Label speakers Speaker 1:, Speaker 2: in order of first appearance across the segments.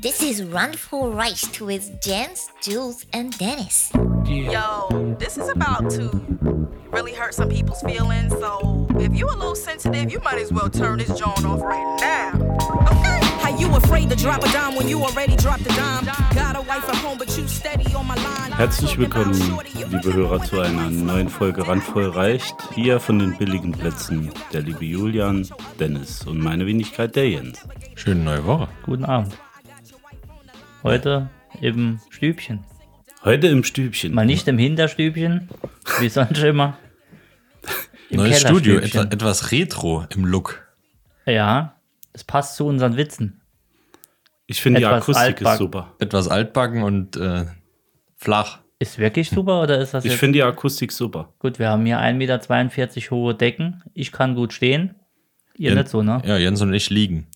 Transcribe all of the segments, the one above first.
Speaker 1: This is Run for Rice with Jens, Jules, and Dennis.
Speaker 2: Yo, this is about to really hurt some people's feelings. So if you a little sensitive, you might as well turn this joint off right now. Okay?
Speaker 3: How you afraid to drop a dime when you already dropped a dime? Got a wife at home, but you steady on my line.
Speaker 4: Herzlich willkommen, liebe Hörer, zu einer neuen Folge Randvoll reicht. Hier von den billigen Plätzen der liebe Julian, Dennis und meine Wenigkeit der Jens.
Speaker 5: Schöne neue Woche.
Speaker 6: Guten Abend. Heute im Stübchen.
Speaker 4: Heute im Stübchen.
Speaker 6: Mal nicht im Hinterstübchen, wie sonst immer. Im
Speaker 5: Neues Studio, etwa,
Speaker 6: Kellerstübchen.
Speaker 5: etwas retro im Look.
Speaker 6: Ja, es passt zu unseren Witzen.
Speaker 4: Ich finde die
Speaker 6: Etwas
Speaker 4: Akustik
Speaker 6: altbacken.
Speaker 4: ist super.
Speaker 5: Etwas altbacken und äh, flach.
Speaker 6: Ist wirklich super oder ist das
Speaker 4: Ich
Speaker 6: jetzt
Speaker 4: finde die Akustik super.
Speaker 6: gut? Wir haben hier 1,42 Meter hohe Decken. Ich kann gut stehen. Ihr
Speaker 5: Jen-
Speaker 6: nicht so, ne?
Speaker 5: Ja, Jens und ich liegen.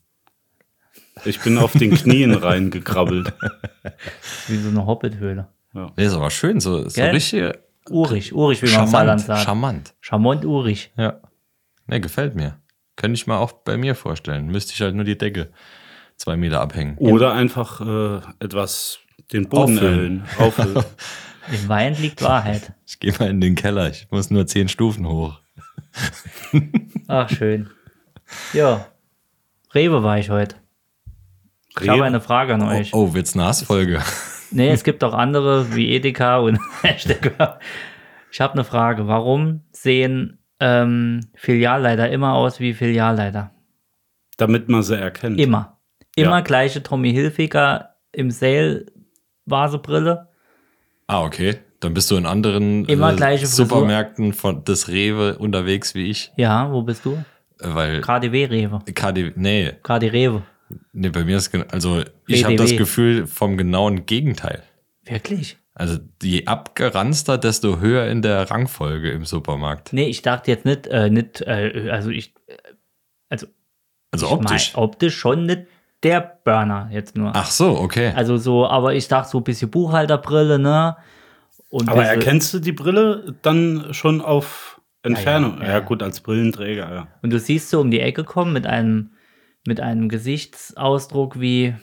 Speaker 4: Ich bin auf den Knien reingekrabbelt.
Speaker 6: Ist Wie so eine Hobbithöhle.
Speaker 5: Nee, ist aber schön, so, so
Speaker 6: Gell?
Speaker 5: richtig äh,
Speaker 6: Urig, urig, wie man im
Speaker 5: charmant.
Speaker 6: Saarland sagt.
Speaker 5: charmant.
Speaker 6: Charmant urig.
Speaker 5: Ja. Ne, gefällt mir. Könnte ich mal auch bei mir vorstellen. Müsste ich halt nur die Decke zwei Meter abhängen.
Speaker 6: Oh.
Speaker 4: Oder einfach äh, etwas den Boden
Speaker 5: Auffüllen.
Speaker 4: erhöhen. Auffüllen.
Speaker 6: Im Wein liegt Wahrheit.
Speaker 5: Ich gehe mal in den Keller. Ich muss nur zehn Stufen hoch.
Speaker 6: Ach, schön. Ja. Rewe war ich heute. Ich habe eine Frage an
Speaker 5: Oh,
Speaker 6: euch.
Speaker 5: oh wird's Nasfolge.
Speaker 6: Nee, es gibt auch andere wie Edeka und Hashtag. Ich habe eine Frage. Warum sehen ähm, Filialleiter immer aus wie Filialleiter?
Speaker 4: Damit man sie erkennt.
Speaker 6: Immer. Immer
Speaker 4: Ja.
Speaker 6: gleiche Tommy Hilfiger im Sale Vasebrille.
Speaker 5: Ah, okay. Dann bist du in anderen äh,
Speaker 6: Immer gleiche Frisur.
Speaker 5: Supermärkten von des Rewe unterwegs wie ich.
Speaker 6: Ja, wo bist du?
Speaker 5: äh, Weil
Speaker 6: KDW Rewe.
Speaker 5: KD, nee,
Speaker 6: KD Rewe.
Speaker 5: nee, bei mir ist gen- also ich habe
Speaker 6: BDW.
Speaker 5: das Gefühl vom genauen Gegenteil.
Speaker 6: Wirklich?
Speaker 5: Also je abgeranzter, desto höher in der Rangfolge im Supermarkt.
Speaker 6: Nee, ich dachte jetzt nicht, äh, nicht äh, also ich, also
Speaker 5: Also
Speaker 6: ich
Speaker 5: optisch.
Speaker 6: Mein, optisch schon nicht der Burner jetzt nur.
Speaker 5: Ach so, okay.
Speaker 6: Also so, aber ich dachte so ein bisschen Buchhalterbrille, ne? Und
Speaker 4: Aber
Speaker 6: bisschen-
Speaker 4: erkennst du die Brille dann schon auf Entfernung? Ja,
Speaker 6: ja, ja.
Speaker 4: gut, als Brillenträger, ja.
Speaker 6: Und du siehst so um die Ecke kommen mit einem, mit einem Gesichtsausdruck wie,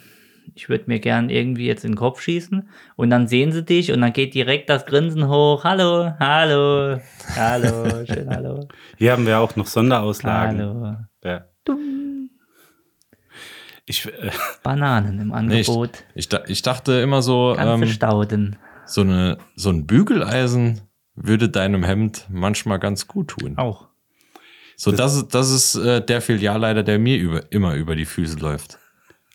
Speaker 6: ich würde mir gern irgendwie jetzt in den Kopf schießen. Und dann sehen sie dich und dann geht direkt das Grinsen hoch. Hallo, hallo, hallo, schön hallo,
Speaker 4: Hier haben wir auch noch Sonderauslagen.
Speaker 6: hallo.
Speaker 4: Ja. Ich, äh,
Speaker 6: Bananen im
Speaker 5: Nee, ich,
Speaker 6: Angebot,
Speaker 5: ich, da- ich dachte immer so,
Speaker 6: ganze
Speaker 5: ähm,
Speaker 6: Stauden.
Speaker 5: so, eine, so ein Bügeleisen würde deinem Hemd manchmal ganz gut tun.
Speaker 6: Auch.
Speaker 5: So, das ist, das ist äh, der Filialleiter, der mir über, immer über die Füße läuft.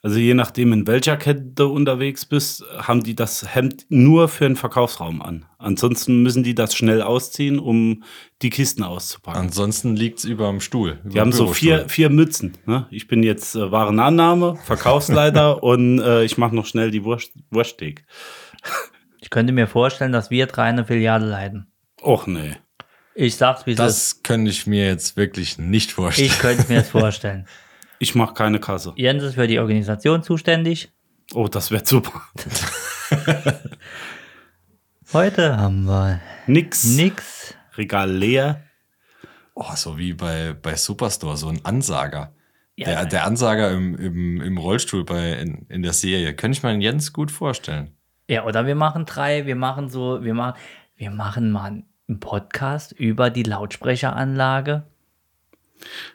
Speaker 4: also je nachdem, in welcher Kette du unterwegs bist, haben die das Hemd nur für den Verkaufsraum an. Ansonsten müssen die das schnell ausziehen, um die Kisten auszupacken.
Speaker 5: Ansonsten liegt's über dem Stuhl.
Speaker 4: die haben so vier, vier Mützen. Ne? Ich bin jetzt äh, Warenannahme, Verkaufsleiter und äh, ich mache noch schnell die Wurst, Wurststeg.
Speaker 6: Ich könnte mir vorstellen, dass wir drei eine Filiale leiden.
Speaker 4: Och nee.
Speaker 6: Ich sag's, wie es ist.
Speaker 5: Das könnte ich mir jetzt wirklich nicht vorstellen.
Speaker 6: Ich könnte mir das vorstellen.
Speaker 4: Ich mache keine Kasse.
Speaker 6: Jens ist für die Organisation zuständig.
Speaker 4: Oh, das wäre super.
Speaker 6: Heute haben wir
Speaker 4: Nix.
Speaker 6: nix.
Speaker 4: Regal leer.
Speaker 5: oh, so wie bei, bei Superstore, so ein Ansager. der, der Ansager im, im, im Rollstuhl bei, in, in der Serie. Könnte ich mir einen Jens gut vorstellen.
Speaker 6: Ja, oder wir machen drei, wir machen so, wir machen, wir machen mal einen Podcast über die Lautsprecheranlage.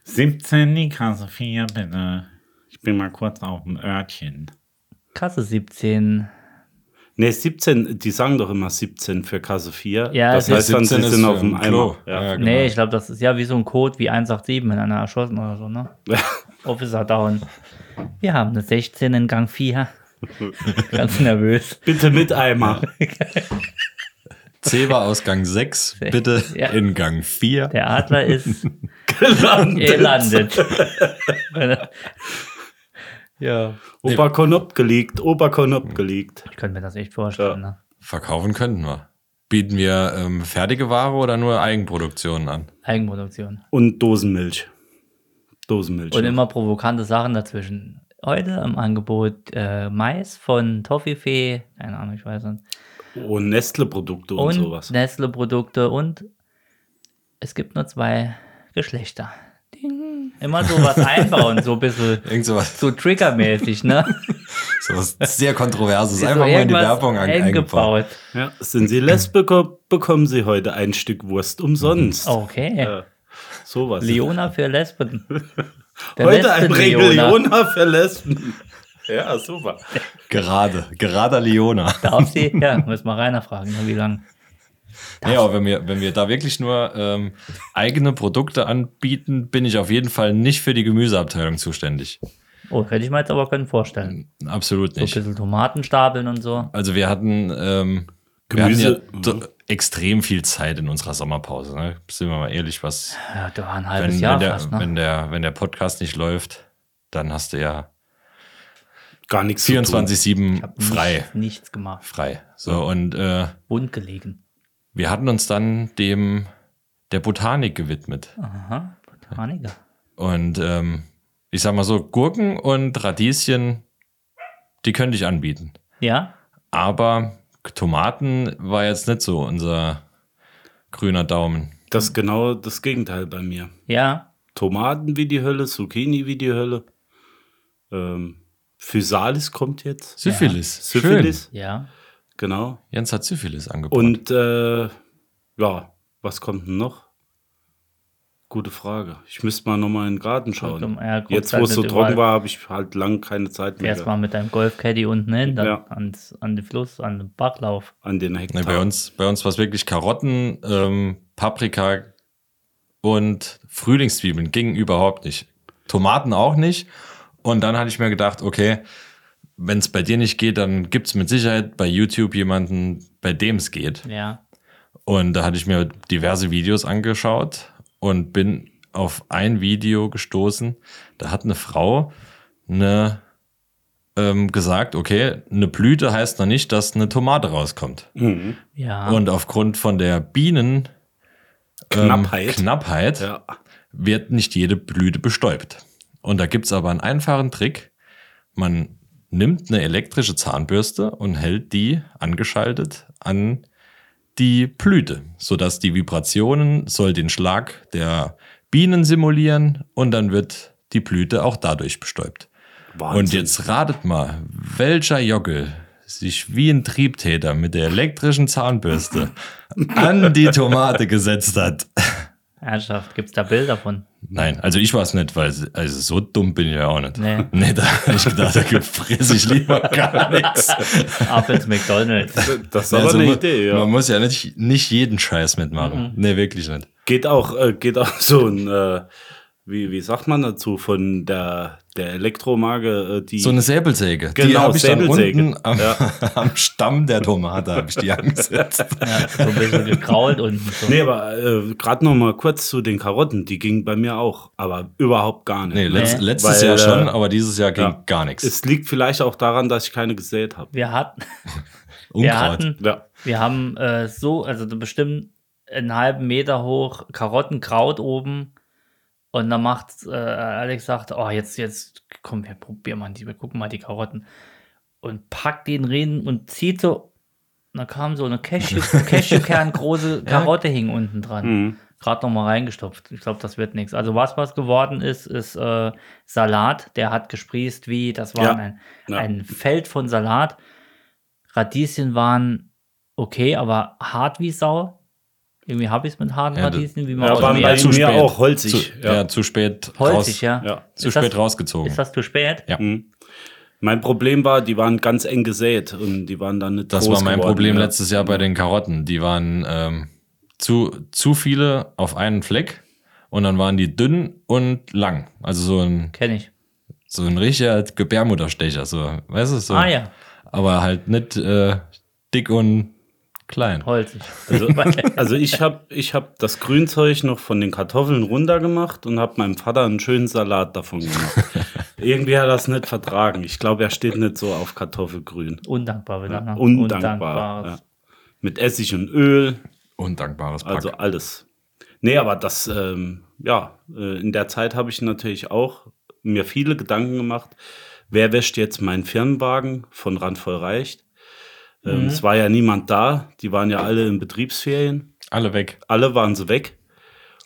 Speaker 7: 17, die Kasse 4, bitte. Ich bin mal kurz auf dem Örtchen.
Speaker 6: Kasse 17.
Speaker 4: Ne, 17, die sagen doch immer 17 für Kasse 4.
Speaker 6: Ja,
Speaker 4: das
Speaker 6: es
Speaker 4: heißt dann, sie sind auf dem
Speaker 5: ein Klo.
Speaker 4: Eimer. Ja.
Speaker 5: Ja, genau.
Speaker 6: Nee, ich glaube, das ist ja wie so ein Code wie 187, wenn einer erschossen oder so, ne? Officer down. Wir haben eine 16 in Gang 4. Ganz nervös.
Speaker 4: Bitte mit Eimer.
Speaker 5: C war aus Gang 6, bitte
Speaker 6: Ja.
Speaker 5: in Gang 4.
Speaker 6: Der Adler ist gelandet. Wenn er- ja.
Speaker 4: Oberkonop gelegt, Oberkonop gelegt.
Speaker 6: Ich könnte mir das echt vorstellen, ne?
Speaker 5: Verkaufen könnten wir. Bieten wir ähm, fertige Ware oder nur Eigenproduktionen an?
Speaker 6: Eigenproduktion.
Speaker 4: Und Dosenmilch. Dosenmilch.
Speaker 6: Und
Speaker 4: ja.
Speaker 6: immer provokante Sachen dazwischen. Heute im Angebot äh, Mais von Toffifee, keine Ahnung, ich weiß nicht.
Speaker 4: und Nestle-Produkte und,
Speaker 6: Und Ne-
Speaker 4: sowas.
Speaker 6: Nestle-Produkte und es gibt nur zwei Geschlechter. Ding. Immer so was einbauen, so ein bisschen
Speaker 5: Irgend sowas,
Speaker 6: so triggermäßig, ne?
Speaker 5: sowas sehr Kontroverses.
Speaker 6: So
Speaker 5: Einfach mal in die
Speaker 6: irgendwas
Speaker 5: Werbung ein- eingebaut.
Speaker 4: Ja, sind Sie Lesbe, ko- bekommen Sie heute ein Stück Wurst umsonst.
Speaker 6: Okay.
Speaker 4: Äh, sowas.
Speaker 6: Leona für Lesben. Der
Speaker 4: Heute ein Regel
Speaker 6: Lesben-Leona.
Speaker 4: Leona für Lesben. Ja, super.
Speaker 5: Gerade, gerade Leona.
Speaker 6: Darf sie? Ja, muss mal Rainer fragen, ne, wie lang.
Speaker 5: Ja, aber wenn wir, wenn wir da wirklich nur ähm, eigene Produkte anbieten, bin ich auf jeden Fall nicht für die Gemüseabteilung zuständig.
Speaker 6: Oh, hätte ich mir jetzt aber können vorstellen.
Speaker 5: Absolut
Speaker 6: So ein
Speaker 5: nicht.
Speaker 6: bisschen Tomaten stapeln und so.
Speaker 5: Also wir hatten, ähm,
Speaker 4: Gemüse-
Speaker 5: wir hatten ja d- extrem viel Zeit in unserer Sommerpause. Ne? Sind wir mal ehrlich, was
Speaker 6: Ja, Äh, da war ein halbes
Speaker 5: wenn,
Speaker 6: Jahr
Speaker 5: wenn, der,
Speaker 6: fast, ne?
Speaker 5: wenn, der, wenn der Podcast nicht läuft, dann hast du ja
Speaker 4: Gar nichts. zu tun.
Speaker 5: 24-7 frei.
Speaker 6: Nichts, nichts gemacht.
Speaker 5: Frei. So, und äh,
Speaker 6: Bunt gelegen.
Speaker 5: wir hatten uns dann dem der Botanik gewidmet.
Speaker 6: Aha, Botaniker.
Speaker 5: Und ähm, ich sag mal so, Gurken und Radieschen, die könnte ich anbieten.
Speaker 6: Ja?
Speaker 5: Aber Tomaten war jetzt nicht so unser grüner Daumen.
Speaker 4: Das ist genau das Gegenteil bei mir.
Speaker 6: Ja.
Speaker 4: Tomaten wie die Hölle, Zucchini wie die Hölle. Ähm, Physalis kommt jetzt.
Speaker 5: Syphilis.
Speaker 4: Syphilis,
Speaker 5: Schön.
Speaker 6: Ja.
Speaker 4: genau.
Speaker 5: Jens hat Syphilis angeboten.
Speaker 4: Und äh, ja, was kommt denn noch? Gute Frage. Ich müsste mal nochmal in den Garten schauen.
Speaker 6: um- ja, kommt
Speaker 4: Jetzt,
Speaker 6: halt
Speaker 4: wo es so
Speaker 6: nicht
Speaker 4: trocken
Speaker 6: überall.
Speaker 4: war, habe ich halt lang keine Zeit mehr
Speaker 6: Erstmal mit deinem Golfcaddy unten hin, dann
Speaker 4: Ja.
Speaker 6: ans, an den Fluss, an den Bachlauf.
Speaker 4: an den
Speaker 5: Ne,
Speaker 4: Hektar.
Speaker 5: bei uns, bei uns war es wirklich Karotten, ähm, Paprika und Frühlingszwiebeln ging überhaupt nicht. Tomaten auch nicht. Und dann hatte ich mir gedacht, okay, wenn es bei dir nicht geht, dann gibt es mit Sicherheit bei YouTube jemanden, bei dem es geht.
Speaker 6: Ja.
Speaker 5: Und da hatte ich mir diverse Videos angeschaut und bin auf ein Video gestoßen. Da hat eine Frau eine, ähm, gesagt, okay, eine Blüte heißt noch nicht, dass eine Tomate rauskommt.
Speaker 6: Ja.
Speaker 5: Und aufgrund von der Bienen
Speaker 4: Knappheit.
Speaker 5: Ähm, Knappheit
Speaker 4: Ja.
Speaker 5: wird nicht jede Blüte bestäubt. Und da gibt's aber einen einfachen Trick. Man nimmt eine elektrische Zahnbürste und hält die angeschaltet an die Blüte, sodass die Vibrationen soll den Schlag der Bienen simulieren und dann wird die Blüte auch dadurch bestäubt.
Speaker 4: Wahnsinn.
Speaker 5: Und jetzt ratet mal, welcher Jockel sich wie ein Triebtäter mit der elektrischen Zahnbürste an die Tomate gesetzt hat.
Speaker 6: Ernsthaft, gibt es da Bilder von?
Speaker 5: Nein, also ich war es nicht, weil also so dumm bin ich ja auch nicht.
Speaker 6: Nee.
Speaker 5: nee da habe ich gedacht, da fresse ich lieber gar nichts.
Speaker 6: Ab ins McDonalds.
Speaker 4: Das ist aber
Speaker 5: Also
Speaker 4: eine
Speaker 5: man,
Speaker 4: Idee, ja. Mhm.
Speaker 5: Man muss ja nicht, nicht jeden Scheiß mitmachen. Nee, wirklich nicht.
Speaker 4: Geht auch, äh, geht auch so ein, äh, wie, wie sagt man dazu, von der, der Elektromage, äh, die.
Speaker 5: So eine Säbelsäge. die
Speaker 4: Genau,
Speaker 5: habe ich
Speaker 4: Säbelsäge.
Speaker 5: dann unten am,
Speaker 4: Ja.
Speaker 5: am Stamm der Tomate habe ich die angesetzt.
Speaker 6: Ja, so ein bisschen gekrault und so.
Speaker 4: Nee, aber äh, gerade noch mal kurz zu den Karotten, die gingen bei mir auch, aber überhaupt gar nicht.
Speaker 5: Nee, letzt,
Speaker 6: Nee.
Speaker 5: letztes
Speaker 4: Weil,
Speaker 5: Jahr schon,
Speaker 4: äh,
Speaker 5: aber dieses Jahr ging
Speaker 4: ja.
Speaker 5: gar nichts.
Speaker 4: Es liegt vielleicht auch daran, dass ich keine gesät habe.
Speaker 6: Wir hatten, wir
Speaker 5: Unkraut.
Speaker 6: hatten,
Speaker 4: Ja.
Speaker 6: wir haben äh, so, also bestimmt einen halben Meter hoch Karottenkraut oben. Und dann macht äh, Alex sagt, oh, jetzt, jetzt, komm, wir probieren mal die, wir gucken mal die Karotten. Und packt den Reden und zieht so. Und dann kam so eine Cashew, Cashewkern große Karotte hing unten dran.
Speaker 4: Mhm.
Speaker 6: Gerade noch mal reingestopft. Ich glaube, das wird nichts. Also was was geworden ist, ist äh, Salat. Der hat gesprießt wie, das war
Speaker 4: Ja.
Speaker 6: ein,
Speaker 4: Ja.
Speaker 6: ein Feld von Salat. Radieschen waren okay, aber hart wie Sau. Irgendwie habe ich es mit harten
Speaker 5: Ja, das-
Speaker 6: Radieschen, wie man
Speaker 4: Ja,
Speaker 6: aus
Speaker 4: waren
Speaker 6: dem
Speaker 4: bei
Speaker 6: Meer-
Speaker 4: zu mir auch holzig.
Speaker 5: Zu, ja.
Speaker 4: ja.
Speaker 5: zu spät
Speaker 6: holzig,
Speaker 5: raus,
Speaker 6: ja.
Speaker 4: Ja.
Speaker 5: Zu
Speaker 6: Ist
Speaker 5: spät
Speaker 6: das,
Speaker 5: rausgezogen.
Speaker 6: Ist das zu spät?
Speaker 5: Ja.
Speaker 4: Mein Problem war, die waren ganz eng gesät und die waren dann nicht
Speaker 5: Das
Speaker 4: groß
Speaker 5: war mein
Speaker 4: geworden,
Speaker 5: Problem
Speaker 4: ja.
Speaker 5: letztes Jahr bei den Karotten. Die waren ähm, zu, zu viele auf einen Fleck und dann waren die dünn und lang. Also so ein,
Speaker 6: Kenne ich.
Speaker 5: so ein richtiger halt Gebärmutterstecher. So, weißt du so?
Speaker 6: Ah ja,
Speaker 5: Aber halt nicht äh, dick und klein.
Speaker 6: holzig.
Speaker 4: Also, also ich habe ich hab das Grünzeug noch von den Kartoffeln runtergemacht und habe meinem Vater einen schönen Salat davon gemacht. Irgendwie hat er das nicht vertragen. Ich glaube, er steht nicht so auf Kartoffelgrün.
Speaker 6: Undankbar wieder. ne?
Speaker 4: Undankbar. Ja. Mit Essig und Öl,
Speaker 5: Undankbares Pack.
Speaker 4: also alles. Nee, aber das, ähm, ja, äh, in der Zeit habe ich natürlich auch mir viele Gedanken gemacht, wer wäscht jetzt meinen Firmenwagen von Randvoll Reicht? Ähm, Es war ja niemand da, die waren ja alle in Betriebsferien
Speaker 5: Alle weg.
Speaker 4: alle waren sie weg.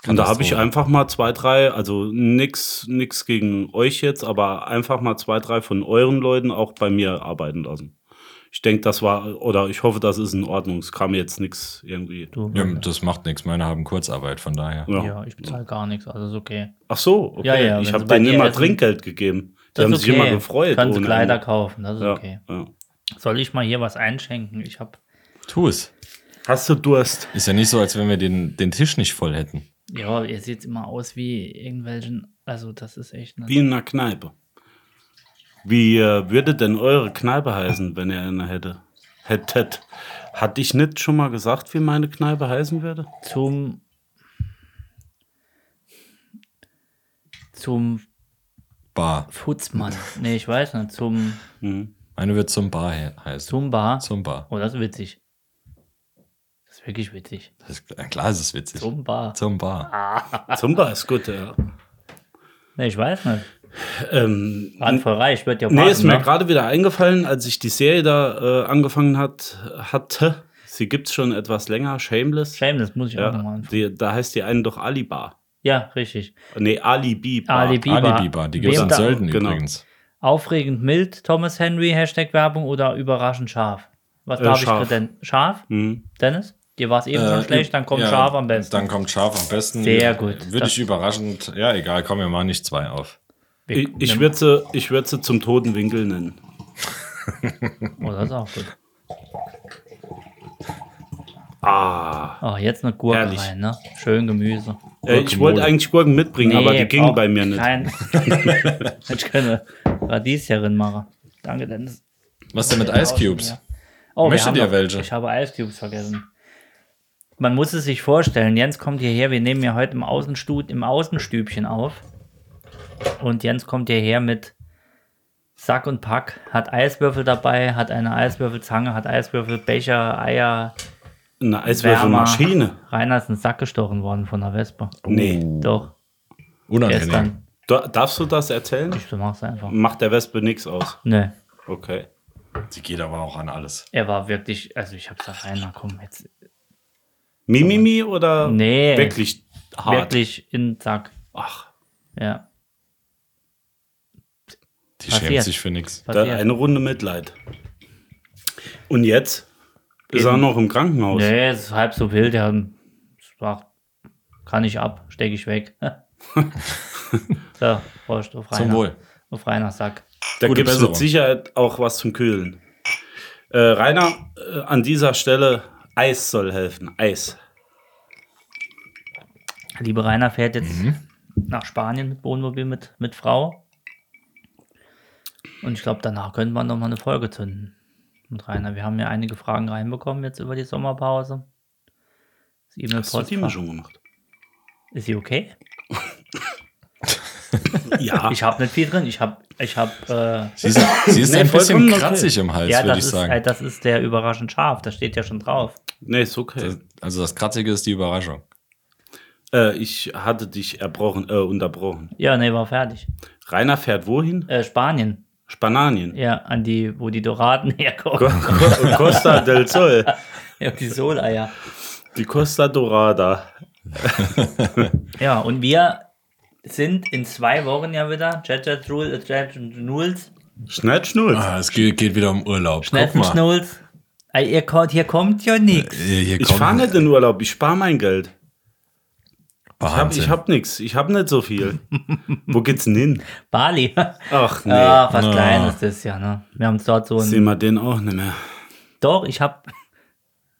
Speaker 4: Und da habe ich einfach mal zwei, drei, also nix, nix gegen euch jetzt, aber einfach mal zwei, drei von euren Leuten auch bei mir arbeiten lassen. Ich denke, das war, oder ich hoffe, das ist in Ordnung. Es kam jetzt nichts irgendwie.
Speaker 6: Du,
Speaker 5: Ja, das macht nichts. Meine haben Kurzarbeit, von daher.
Speaker 6: ja. ich bezahle gar nichts, also ist okay.
Speaker 4: Ach so, okay.
Speaker 6: Ja, ja, wenn
Speaker 4: ich
Speaker 6: sie
Speaker 4: habe
Speaker 6: bei
Speaker 4: denen
Speaker 6: dir
Speaker 4: immer
Speaker 6: essen-
Speaker 4: Trinkgeld gegeben. Die
Speaker 6: Das
Speaker 4: haben
Speaker 6: ist
Speaker 4: sich
Speaker 6: okay.
Speaker 4: immer gefreut.
Speaker 6: Kannst du
Speaker 4: ohne
Speaker 6: Kleider
Speaker 4: Ende.
Speaker 6: kaufen, das ist
Speaker 4: Ja,
Speaker 6: okay.
Speaker 4: ja.
Speaker 6: Soll ich mal hier was einschenken? Ich habe
Speaker 5: Tu es.
Speaker 4: Hast du Durst?
Speaker 5: Ist ja nicht so, als wenn wir den, den Tisch nicht voll hätten.
Speaker 6: Ja, ihr seht immer aus wie irgendwelchen. Also, das ist echt. Eine
Speaker 4: Wie in einer Kneipe. Wie äh, würde denn eure Kneipe heißen, wenn ihr eine hätte? Hättet. Hatte ich nicht schon mal gesagt, wie meine Kneipe heißen würde?
Speaker 6: zum. Zum
Speaker 5: Bar.
Speaker 6: Futzmann. Nee, ich weiß nicht. Zum
Speaker 4: Mhm.
Speaker 5: Meine wird zum Bar he- heißen.
Speaker 6: Zumba.
Speaker 5: Zumba.
Speaker 6: Oh, das ist witzig. Das ist wirklich witzig.
Speaker 5: Das ist, klar- klar ist es witzig.
Speaker 6: Zumba.
Speaker 5: Zum Bar.
Speaker 4: Zumba ist gut, ja.
Speaker 6: Nee, ich weiß nicht.
Speaker 4: Ähm,
Speaker 6: Randvoll reich wird ja
Speaker 4: nee,
Speaker 6: warten,
Speaker 4: ist mir
Speaker 6: ne?
Speaker 4: gerade wieder eingefallen, als ich die Serie da äh, angefangen hat, hatte. Sie gibt es schon etwas länger, Shameless.
Speaker 6: Shameless muss ich auch nochmal
Speaker 4: ja,
Speaker 6: anfangen.
Speaker 4: die, da heißt die einen doch Alibar.
Speaker 6: Ja, richtig.
Speaker 4: Nee, Alibi. Bar.
Speaker 6: Ali Biber.
Speaker 5: Alibi Bar, die gibt es
Speaker 6: Wem
Speaker 5: in
Speaker 6: da-
Speaker 5: Sölden
Speaker 4: Genau.
Speaker 5: übrigens.
Speaker 6: Aufregend mild, Thomas Henry, Hashtag Werbung oder überraschend scharf? Was
Speaker 4: Äh,
Speaker 6: darf ich
Speaker 4: scharf.
Speaker 6: denn? Scharf?
Speaker 4: Mhm.
Speaker 6: Dennis? Dir war es eben schon
Speaker 5: Äh,
Speaker 6: schlecht, dann kommt
Speaker 5: ja,
Speaker 6: scharf am besten.
Speaker 5: Dann kommt scharf am besten.
Speaker 6: Sehr gut.
Speaker 5: Würde
Speaker 6: Das-
Speaker 5: ich überraschend. Ja, egal, komm, wir machen nicht zwei auf.
Speaker 6: Wir-
Speaker 4: Ich, ich
Speaker 6: nimm-
Speaker 4: würde sie, ich würd sie zum toten Winkel nennen.
Speaker 6: Oh, das ist auch gut.
Speaker 4: Ah.
Speaker 6: Oh, jetzt eine Gurke
Speaker 4: Herrlich.
Speaker 6: rein, ne? Schön Gemüse.
Speaker 4: Äh, ich wollte eigentlich Gurken mitbringen, aber die gingen bei mir nicht.
Speaker 6: Nein. ich könnte Radieschen machen. Danke, Dennis.
Speaker 5: Was denn mit Ice Cubes?
Speaker 6: Ja. Oh, wir
Speaker 5: Möchtet
Speaker 6: haben
Speaker 5: ihr
Speaker 6: noch-
Speaker 5: welche?
Speaker 6: Ich habe Ice Cubes vergessen. Man muss es sich vorstellen, Jens kommt hierher, wir nehmen ja heute im, Außenstu im Außenstübchen auf. Und Jens kommt hierher mit Sack und Pack, hat Eiswürfel dabei, hat eine Eiswürfelzange, hat Eiswürfelbecher, Eier.
Speaker 4: Eine Eiswürfelmaschine.
Speaker 6: Rainer ist in den Sack gestochen worden von der Wespe.
Speaker 4: Nee.
Speaker 6: Doch,
Speaker 5: Unangenehm.
Speaker 6: gestern.
Speaker 4: Da, darfst du das erzählen?
Speaker 6: Ich mach's einfach.
Speaker 4: Macht der Wespe nichts aus.
Speaker 6: Ne,
Speaker 4: Okay.
Speaker 5: Die geht aber auch an alles.
Speaker 6: er war wirklich, also ich hab gesagt, Rainer, komm, jetzt
Speaker 4: Mimimi oder
Speaker 6: Nee.
Speaker 4: wirklich hart?
Speaker 6: wirklich in den Sack.
Speaker 4: Ach,
Speaker 6: Ja.
Speaker 5: Die
Speaker 6: Passiert.
Speaker 5: schämt sich für nichts.
Speaker 4: da eine Runde Mitleid. Und jetzt ist er noch im Krankenhaus.
Speaker 6: Nee, es ist halb so wild. Ja, sagt, kann ich ab, stecke ich weg. so, Prost, auf
Speaker 5: Zum
Speaker 6: Rainer.
Speaker 5: Wohl.
Speaker 6: Auf Rainer Sack.
Speaker 4: Da
Speaker 5: Gute
Speaker 4: gibt es
Speaker 5: Besserung.
Speaker 4: mit Sicherheit auch was zum Kühlen. Äh, Rainer, äh, an dieser Stelle, Eis soll helfen. Eis.
Speaker 6: Liebe Rainer fährt jetzt
Speaker 4: Mhm.
Speaker 6: nach Spanien mit Wohnmobil mit, mit Frau. Und ich glaube, danach könnte man nochmal eine Folge zünden. Und Rainer, wir haben ja einige Fragen reinbekommen jetzt über die Sommerpause. Ist ihm eine
Speaker 4: Hast du die
Speaker 6: Postfrage-
Speaker 4: Mischung gemacht?
Speaker 6: Ist sie okay?
Speaker 4: Ja.
Speaker 6: Ich habe nicht viel drin. Ich habe, ich habe, äh,
Speaker 5: Sie ist, sie ist
Speaker 4: Nee,
Speaker 5: ein bisschen
Speaker 4: vollkommen okay.
Speaker 5: kratzig im Hals,
Speaker 6: ja,
Speaker 5: würde
Speaker 6: das
Speaker 5: ich
Speaker 6: ist,
Speaker 5: sagen.
Speaker 6: äh, das ist der überraschend scharf. Das steht ja schon drauf.
Speaker 4: nee, ist okay.
Speaker 5: also das Kratzige ist die Überraschung.
Speaker 4: Äh, ich hatte dich erbrochen, äh, unterbrochen.
Speaker 6: Ja, nee, war fertig.
Speaker 4: Rainer fährt wohin?
Speaker 6: Äh, Spanien,
Speaker 4: Spanien.
Speaker 6: ja, an die, wo die Doraden
Speaker 4: Co-
Speaker 6: herkommen.
Speaker 4: Co- Costa del Sol.
Speaker 6: ja, die Soleier.
Speaker 4: Die Costa Dorada.
Speaker 6: Ja, und wir sind in zwei Wochen ja wieder. Jet Jet Rule, äh, Jet Jet Rules,
Speaker 4: Schnell, schnell.
Speaker 5: Ah, es geht, geht wieder um Urlaub. Guck
Speaker 6: Schneffen
Speaker 5: mal.
Speaker 6: Schnulls. Ey, Äh, Ihr kommt, hier kommt ja nichts.
Speaker 5: Hier, hier
Speaker 4: Ich
Speaker 5: kommt-
Speaker 4: fahre nicht in Urlaub, ich spare mein Geld. Ich hab,
Speaker 5: Wahnsinn.
Speaker 4: ich hab nix, ich hab nicht so viel. Wo geht's denn hin?
Speaker 6: Bali.
Speaker 4: Ach nee,
Speaker 6: Ah, was
Speaker 5: Na.
Speaker 6: Kleines das ja, ne? Wir haben dort so
Speaker 4: sehen
Speaker 6: ein.
Speaker 4: wir den auch nicht mehr.
Speaker 6: Doch, ich hab.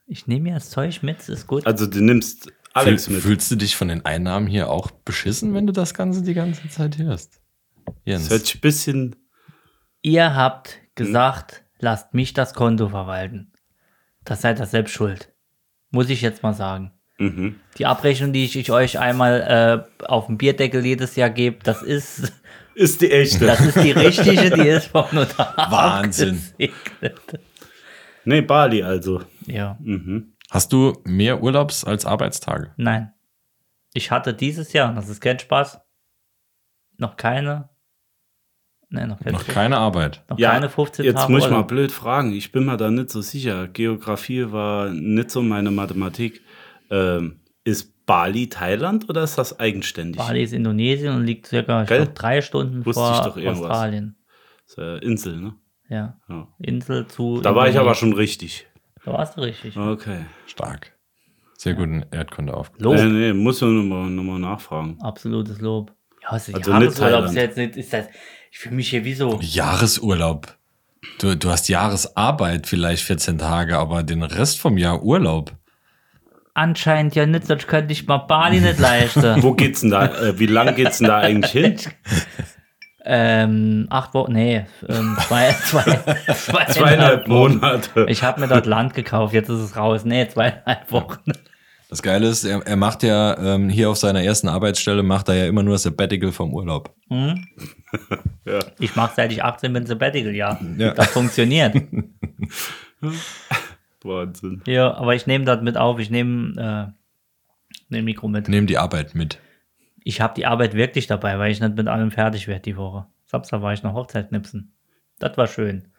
Speaker 6: Ich nehme mir das Zeug mit, ist gut.
Speaker 4: Also du nimmst
Speaker 5: Fühl,
Speaker 4: Alex mit.
Speaker 5: fühlst du dich von den Einnahmen hier auch beschissen, wenn du das Ganze die ganze Zeit hörst? Jens.
Speaker 4: Das hört sich ein bisschen...
Speaker 6: Ihr habt
Speaker 4: Hm.
Speaker 6: gesagt, lasst mich das Konto verwalten. Das seid ihr selbst schuld. Muss ich jetzt mal sagen.
Speaker 4: Mhm.
Speaker 6: Die Abrechnung, die ich, ich euch einmal äh, auf dem Bierdeckel jedes Jahr gebe, das ist,
Speaker 4: Ist die echte.
Speaker 6: das ist die richtige, die ist vom Notar.
Speaker 5: Wahnsinn.
Speaker 6: abgesegnet.
Speaker 4: Nee, Bali also.
Speaker 6: Ja,
Speaker 4: Mhm.
Speaker 5: Hast du mehr Urlaubs als Arbeitstage?
Speaker 6: nein. Ich hatte dieses Jahr, und das ist kein Spaß, noch keine. Nein, noch, kein,
Speaker 5: Noch keine Arbeit.
Speaker 6: noch
Speaker 4: Ja,
Speaker 6: keine 15
Speaker 4: jetzt
Speaker 6: Tage.
Speaker 4: muss ich mal
Speaker 6: Urlaub.
Speaker 4: blöd fragen. Ich bin mir da nicht so sicher. Geografie war nicht so meine Mathematik. Ähm, Ist Bali Thailand oder ist das eigenständig?
Speaker 6: Bali ist Indonesien und liegt circa ich
Speaker 4: Gell?
Speaker 6: glaub, drei Stunden
Speaker 4: Wusste
Speaker 6: vor
Speaker 4: ich doch irgendwas.
Speaker 6: Australien.
Speaker 4: Ist, äh, Insel, ne?
Speaker 6: Ja.
Speaker 4: Ja.
Speaker 6: Insel zu.
Speaker 4: Da war ich
Speaker 6: Indonesien.
Speaker 4: aber schon richtig.
Speaker 6: Da warst du richtig.
Speaker 4: Okay.
Speaker 5: Stark. Sehr guten Erdkunde auf.
Speaker 6: Lob.
Speaker 4: Äh, nee, muss ich nochmal noch mal nachfragen.
Speaker 6: Absolutes Lob. Ja, hast du die
Speaker 4: Also
Speaker 6: also
Speaker 4: nicht
Speaker 6: Jahresurlaub
Speaker 4: Thailand.
Speaker 6: ist jetzt nicht, ist das, ich fühle mich hier wie so.
Speaker 5: Jahresurlaub. Du, du hast Jahresarbeit vielleicht 14 Tage, aber den Rest vom Jahr Urlaub.
Speaker 6: Anscheinend ja nicht, sonst könnte ich mal Bali nicht leisten.
Speaker 4: Wo geht's denn da? Äh, wie lang geht's denn da eigentlich hin?
Speaker 6: ähm, acht Wochen, nee, ähm, zwei, zwei,
Speaker 4: Zweieinhalb Monate.
Speaker 6: Ich habe mir dort Land gekauft, jetzt ist es raus. Nee, zweieinhalb Wochen.
Speaker 5: Das Geile ist, er, er macht ja ähm, hier auf seiner ersten Arbeitsstelle, macht er ja immer nur Sabbatical vom Urlaub.
Speaker 6: Ich mache seit ich 18 bin Sabbatical, ja.
Speaker 5: Ja.
Speaker 6: Das funktioniert.
Speaker 4: Wahnsinn.
Speaker 6: ja, aber ich nehme dort mit auf, ich nehme äh, nehm Mikro mit.
Speaker 5: Nehmen die Arbeit mit.
Speaker 6: Ich habe die Arbeit wirklich dabei, weil ich nicht mit allem fertig werde die Woche. Samstag war ich noch Hochzeit knipsen. Das war schön.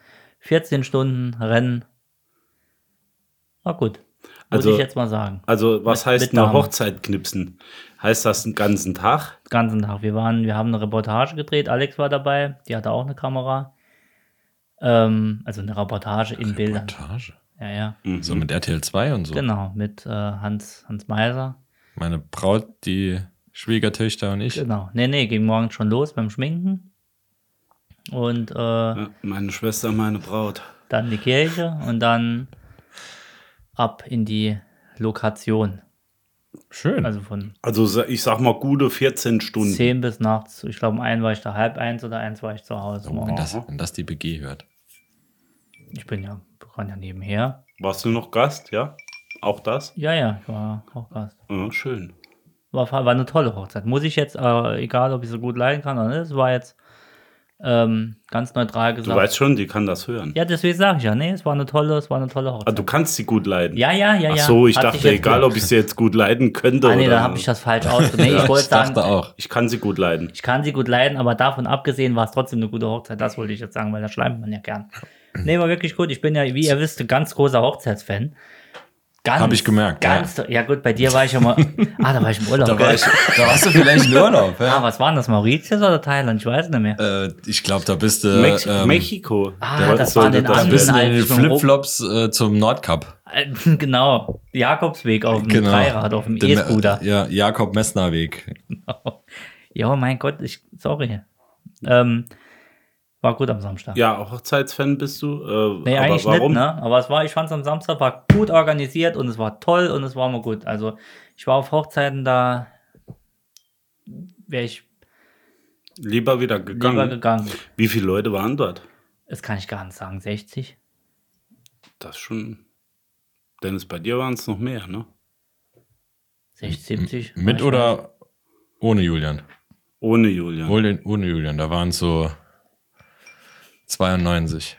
Speaker 6: 14 Stunden Rennen. War gut. Muss
Speaker 4: Also-
Speaker 6: ich jetzt mal sagen.
Speaker 4: Also, was
Speaker 6: Mit-
Speaker 4: heißt
Speaker 6: mit
Speaker 4: eine
Speaker 6: Namen.
Speaker 4: Hochzeit knipsen? Heißt das den ganzen Tag?
Speaker 6: Den ganzen Tag. Wir waren, wir haben eine Reportage gedreht. Alex war dabei. Die hatte auch eine Kamera. Ähm, also eine Reportage in Bildern.
Speaker 5: Montage.
Speaker 6: Ja, ja.
Speaker 5: So mit RTL 2 und so.
Speaker 6: Genau. Mit äh, Hans, Hans Meiser.
Speaker 5: Meine Braut, die Schwiegertöchter und ich.
Speaker 6: Genau. Nee, nee, ging morgens schon los beim Schminken. Und äh,
Speaker 4: Ja, meine Schwester, meine Braut.
Speaker 6: dann die Kirche und dann ab in die Lokation.
Speaker 5: Schön.
Speaker 6: Also von
Speaker 4: Also, sa- ich sag mal, gute 14 Stunden.
Speaker 6: 10 bis nachts. Ich glaube, um einen war ich da halb eins oder eins war ich zu Hause.
Speaker 5: Oh, wenn, das, wenn das die BG hört.
Speaker 6: Ich bin ja, ran ja nebenher.
Speaker 4: Warst du noch Gast, ja? Auch das?
Speaker 6: Ja, ja, ich war auch Gast.
Speaker 4: Ja, schön.
Speaker 6: War, war eine tolle Hochzeit. Muss ich jetzt, äh, egal ob ich so gut leiden kann oder nicht, es war jetzt ähm, ganz neutral
Speaker 4: Du
Speaker 6: gesagt.
Speaker 4: weißt schon, die kann das hören.
Speaker 6: ja, deswegen sage ich ja, nee, es war eine tolle, es war eine tolle
Speaker 4: Ah,
Speaker 6: Hochzeit.
Speaker 4: du kannst sie gut leiden.
Speaker 6: ja, ja, ja, ja.
Speaker 4: Ach so, ich
Speaker 6: Hat sich
Speaker 4: dachte,
Speaker 6: jetzt-
Speaker 4: egal, ob ich sie jetzt gut leiden könnte
Speaker 6: Ah, nee,
Speaker 4: oder.
Speaker 6: dann habe ich das falsch ausgedrückt. Nee, ich wollte
Speaker 5: ich dachte
Speaker 6: sagen,
Speaker 5: auch.
Speaker 4: Ich kann sie gut leiden.
Speaker 6: Ich kann sie gut leiden, aber davon abgesehen war es trotzdem eine gute Hochzeit. Das wollte ich jetzt sagen, weil da schleimt man ja gern. Nee, war wirklich gut. Ich bin ja, wie ihr wisst, ein ganz großer Hochzeitsfan. Ganz,
Speaker 5: Hab ich gemerkt,
Speaker 6: Ganz, ja. gut, bei dir war ich ja mal. ah, da war ich im Urlaub.
Speaker 5: Da, war
Speaker 6: gell?
Speaker 5: ich, da warst du vielleicht in Urlaub.
Speaker 6: ah,
Speaker 5: Ja.
Speaker 6: was waren das? Mauritius oder Thailand? Ich weiß nicht mehr.
Speaker 5: Äh, ich glaube, da bist du.
Speaker 4: Mex
Speaker 5: ähm,
Speaker 4: Mexiko.
Speaker 6: äh, Ah,
Speaker 4: Da
Speaker 6: das
Speaker 4: sollte
Speaker 6: waren den
Speaker 5: da
Speaker 6: anderen
Speaker 5: bist du
Speaker 6: Nein,
Speaker 5: in den
Speaker 6: ich bin rum.
Speaker 5: Flipflops äh, zum Nordkap.
Speaker 6: genau. Jakobsweg auf dem Dreirad, auf dem
Speaker 5: Genau. Den- äh,
Speaker 6: E-Scooter.
Speaker 5: Ja, Jakob Messner Weg.
Speaker 6: Ja, mein Gott, ich, sorry. Ähm, war gut am Samstag.
Speaker 4: Ja, auch Hochzeitsfan bist du. Äh,
Speaker 6: Nee,
Speaker 4: aber
Speaker 6: eigentlich
Speaker 4: warum?
Speaker 6: nicht, ne? Aber es war, ich fand es am Samstag war gut organisiert und es war toll und es war immer gut. Also ich war auf Hochzeiten da, wäre ich
Speaker 4: Lieber wieder gegangen.
Speaker 6: lieber gegangen.
Speaker 4: Wie viele Leute waren dort?
Speaker 6: Das kann ich gar nicht sagen. 60?
Speaker 4: Das ist schon. Dennis, bei dir waren es noch mehr, ne?
Speaker 6: 60, 70?
Speaker 5: Mit
Speaker 6: Ich weiß.
Speaker 5: oder ohne Julian?
Speaker 4: Ohne Julian.
Speaker 5: Ohne, ohne Julian, da waren so 92.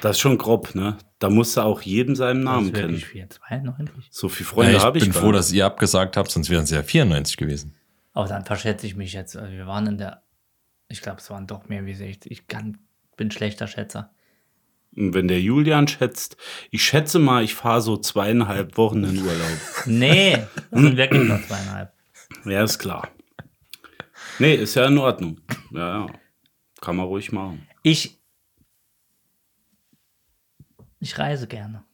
Speaker 4: Das ist schon grob, ne? Da musst du auch jedem seinen
Speaker 6: Das
Speaker 4: Namen
Speaker 6: ist
Speaker 4: kennen.
Speaker 6: wirklich viel. 92?
Speaker 4: So viele
Speaker 5: Ja,
Speaker 4: Freunde habe
Speaker 5: ich
Speaker 4: ich.
Speaker 5: bin
Speaker 4: gar
Speaker 5: froh,
Speaker 4: nicht.
Speaker 5: dass ihr abgesagt habt, sonst wären es ja 94 gewesen.
Speaker 6: Aber dann verschätze ich mich jetzt. Also wir waren in der, ich glaube, es waren doch mehr wie 60. Ich kann, bin schlechter Schätzer.
Speaker 4: Und wenn der Julian schätzt, ich schätze mal, ich fahre so zweieinhalb Wochen in Urlaub.
Speaker 6: Nee, das sind wirklich nur zweieinhalb.
Speaker 4: ja, ist klar. Nee, ist ja in Ordnung. Ja, ja. Kann man ruhig machen.
Speaker 6: Ich, ich reise gerne.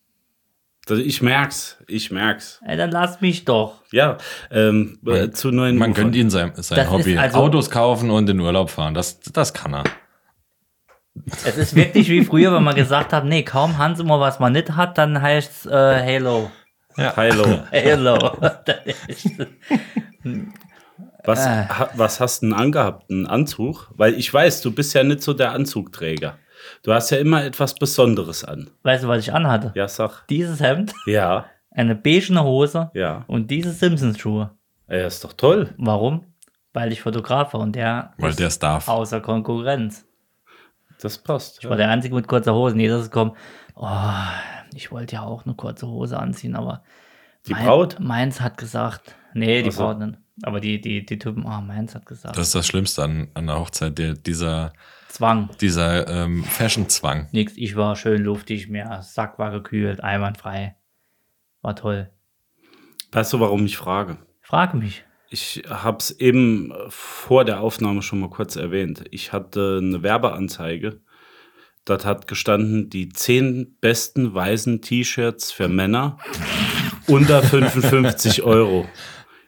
Speaker 4: Das, ich merk's, ich merk's.
Speaker 6: Ey, dann lass mich doch.
Speaker 4: Ja, ähm, äh, zu neuen
Speaker 5: Man
Speaker 4: Ufern.
Speaker 5: gönnt ihnen sein,
Speaker 6: Das
Speaker 5: sein
Speaker 6: ist
Speaker 5: Hobby.
Speaker 6: also-
Speaker 5: Autos kaufen und in Urlaub fahren, das, das kann er.
Speaker 6: Es ist wirklich wie früher, wenn man gesagt hat, nee, kaum Hans immer was man nicht hat, dann heißt es äh, Halo.
Speaker 4: Hallo.
Speaker 6: Halo. Das ist-
Speaker 4: Was,
Speaker 6: Ah.
Speaker 4: ha, was hast du denn angehabt? Ein Anzug? Weil ich weiß, du bist ja nicht so der Anzugträger. Du hast ja immer etwas Besonderes an.
Speaker 6: weißt du, was ich anhatte?
Speaker 4: Ja, sag.
Speaker 6: Dieses Hemd,
Speaker 4: Ja,
Speaker 6: eine beige Hose
Speaker 4: ja.
Speaker 6: und diese Simpsons-Schuhe.
Speaker 4: Er ist doch toll.
Speaker 6: Warum? Weil ich Fotograf war und der
Speaker 5: Weil der es darf.
Speaker 6: außer Konkurrenz.
Speaker 4: Das passt.
Speaker 6: Ich war der Einzige mit kurzer Hose. Nee, das ist gekommen. Oh, ich wollte ja auch eine kurze Hose anziehen, aber
Speaker 4: Die Braut?
Speaker 6: Meins hat gesagt. Nee, die
Speaker 4: Ach so.
Speaker 6: Braut nicht. Aber die, die, die Typen, ah, Meins hat gesagt.
Speaker 5: Das ist das Schlimmste an, an der Hochzeit, der, dieser,
Speaker 6: Zwang.
Speaker 5: dieser ähm, Fashion-Zwang.
Speaker 6: Nix, ich war schön luftig, mehr Sack war gekühlt, einwandfrei. War toll.
Speaker 4: Weißt du, warum ich frage?
Speaker 6: Frag mich.
Speaker 4: Ich habe es eben vor der Aufnahme schon mal kurz erwähnt. Ich hatte eine Werbeanzeige. Dort hat gestanden, die zehn besten weißen T-Shirts für Männer unter 55 Euro.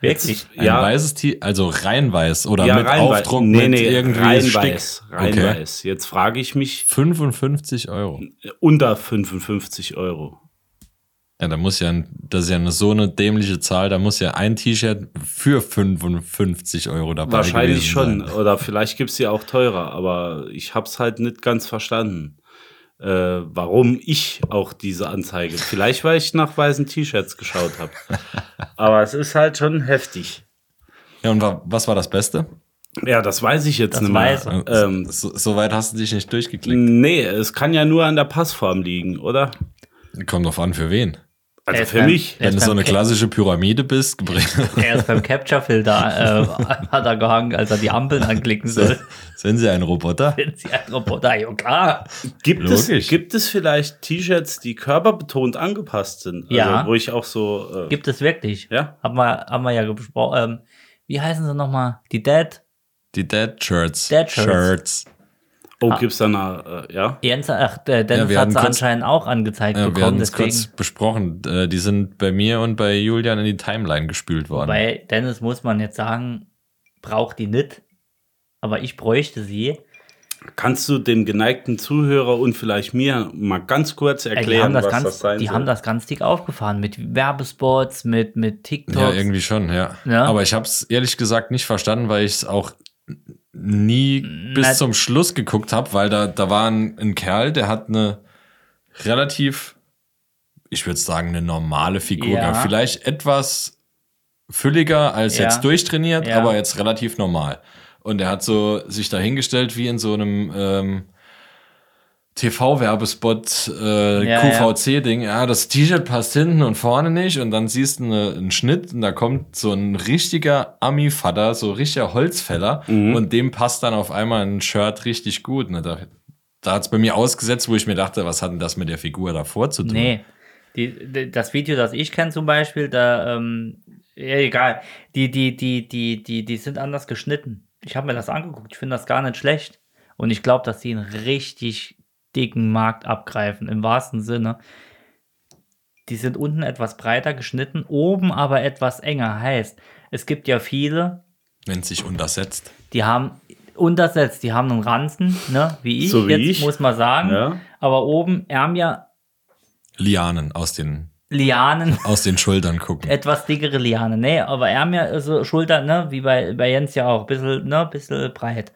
Speaker 6: Wirklich?
Speaker 5: Ein
Speaker 4: ja,
Speaker 5: weißes T, also rein weiß oder
Speaker 4: ja,
Speaker 5: mit
Speaker 4: rein weiß.
Speaker 5: Aufdruck
Speaker 4: nee,
Speaker 5: mit
Speaker 4: nee,
Speaker 5: irgendwie
Speaker 4: rein
Speaker 5: Stick.
Speaker 4: weiß. Rein
Speaker 5: okay.
Speaker 4: weiß. Jetzt frage ich mich,
Speaker 5: 55 Euro.
Speaker 4: unter 55 Euro.
Speaker 5: Ja, da muss ja, ein- das ist ja eine, so eine dämliche Zahl, da muss ja ein T-Shirt für 55 Euro dabei
Speaker 4: Wahrscheinlich
Speaker 5: gewesen
Speaker 4: schon.
Speaker 5: Sein.
Speaker 4: Oder vielleicht gibt es sie auch teurer, aber ich habe es halt nicht ganz verstanden, äh, warum ich auch diese Anzeige. Vielleicht, weil ich nach weißen T-Shirts geschaut habe. aber es ist halt schon heftig.
Speaker 5: Ja, und wa was war das Beste? Äh,
Speaker 4: Ja, das weiß ich jetzt
Speaker 6: Das
Speaker 4: nicht
Speaker 6: weiß
Speaker 4: mehr.
Speaker 6: er.
Speaker 4: Ähm,
Speaker 5: so, so weit hast du dich nicht durchgeklickt.
Speaker 4: nee, es kann ja nur an der Passform liegen, oder?
Speaker 5: Kommt drauf an, für wen.
Speaker 4: Also
Speaker 6: Er ist
Speaker 4: für
Speaker 6: beim-
Speaker 4: mich.
Speaker 5: Äh,
Speaker 6: er
Speaker 5: Wenn
Speaker 6: ist
Speaker 5: du so
Speaker 6: beim
Speaker 5: eine
Speaker 6: Cap-
Speaker 5: klassische Pyramide bist,
Speaker 6: Er ist beim Capture-Filter äh, hat er gehangen, als er die Ampeln anklicken soll.
Speaker 5: sind sie ein Roboter?
Speaker 6: Sind sie ein Roboter? Ja, klar.
Speaker 4: Gibt es,
Speaker 5: Logisch.
Speaker 4: gibt es vielleicht T-Shirts, die körperbetont angepasst sind? Also,
Speaker 6: Ja.
Speaker 4: Wo ich auch so. Äh,
Speaker 6: Gibt es wirklich.
Speaker 4: Ja.
Speaker 6: Haben wir, haben wir ja besprochen. Ähm, wie heißen sie nochmal? Die Dead?
Speaker 5: Die Dead Shirts.
Speaker 6: Dead Shirts.
Speaker 5: Shirts.
Speaker 4: oh, gibt es da eine. Äh, ja?
Speaker 6: Jens, ach, der Dennis
Speaker 5: wir
Speaker 6: hat
Speaker 5: hatten
Speaker 6: sie
Speaker 5: kurz-
Speaker 6: anscheinend auch angezeigt
Speaker 5: Ja, Äh, wir
Speaker 6: bekommen.
Speaker 5: hatten es
Speaker 6: Deswegen,
Speaker 5: kurz besprochen. Äh, Die sind bei mir und bei Julian in die Timeline gespült worden.
Speaker 6: bei Dennis muss man jetzt sagen, braucht die nicht. Aber ich bräuchte sie.
Speaker 4: Kannst du dem geneigten Zuhörer und vielleicht mir mal ganz kurz
Speaker 6: Ey,
Speaker 4: erklären,
Speaker 6: die haben das
Speaker 4: was
Speaker 6: ganz,
Speaker 4: das sein
Speaker 6: die
Speaker 4: soll?
Speaker 6: haben das ganz dick aufgefahren mit Werbespots, mit, mit TikToks.
Speaker 5: Ja, irgendwie schon, ja.
Speaker 6: Ja.
Speaker 5: Aber ich habe es ehrlich gesagt nicht verstanden, weil ich es auch nie bis
Speaker 6: Na-
Speaker 5: zum Schluss geguckt habe, weil da, da war ein, ein Kerl, der hat eine relativ, ich würde sagen, eine normale Figur.
Speaker 6: Ja.
Speaker 5: gehabt. Vielleicht etwas fülliger als
Speaker 6: Ja.
Speaker 5: jetzt durchtrainiert,
Speaker 6: Ja.
Speaker 5: aber jetzt relativ normal. Und er hat so sich dahingestellt wie in so einem ähm, TV-Werbespot äh,
Speaker 6: Ja,
Speaker 5: QVC-Ding. Ja, das T-Shirt passt hinten und vorne nicht. Und dann siehst du eine, einen Schnitt und da kommt so ein richtiger Ami-Fadder, so richtiger Holzfäller. Und dem passt dann auf einmal ein Shirt richtig gut. Ne? Da, da hat es bei mir ausgesetzt, wo ich mir dachte, was hat denn das mit der Figur davor zu tun?
Speaker 6: Nee. Die, die, das Video, das ich kenne zum Beispiel, da, ähm, ja, egal. Die, die, die, die, die, die sind anders geschnitten. Ich habe mir das angeguckt. Ich finde das gar nicht schlecht. Und ich glaube, dass die einen richtig dicken Markt abgreifen, im wahrsten Sinne. Die sind unten etwas breiter geschnitten, oben aber etwas enger. Heißt, es gibt ja viele,
Speaker 5: Nennt sich untersetzt.
Speaker 6: die haben untersetzt, die haben einen Ranzen, ne, wie ich,
Speaker 4: So wie
Speaker 6: jetzt
Speaker 4: ich.
Speaker 6: muss man sagen.
Speaker 4: Ja.
Speaker 6: Aber oben, Ärm ja
Speaker 5: Lianen aus den,
Speaker 6: Lianen,
Speaker 5: aus den Schultern gucken.
Speaker 6: etwas dickere Liane. Nee, aber er mir also Schulter, ne, wie bei, bei Jens ja auch, bisschen, ne, bisschen breit.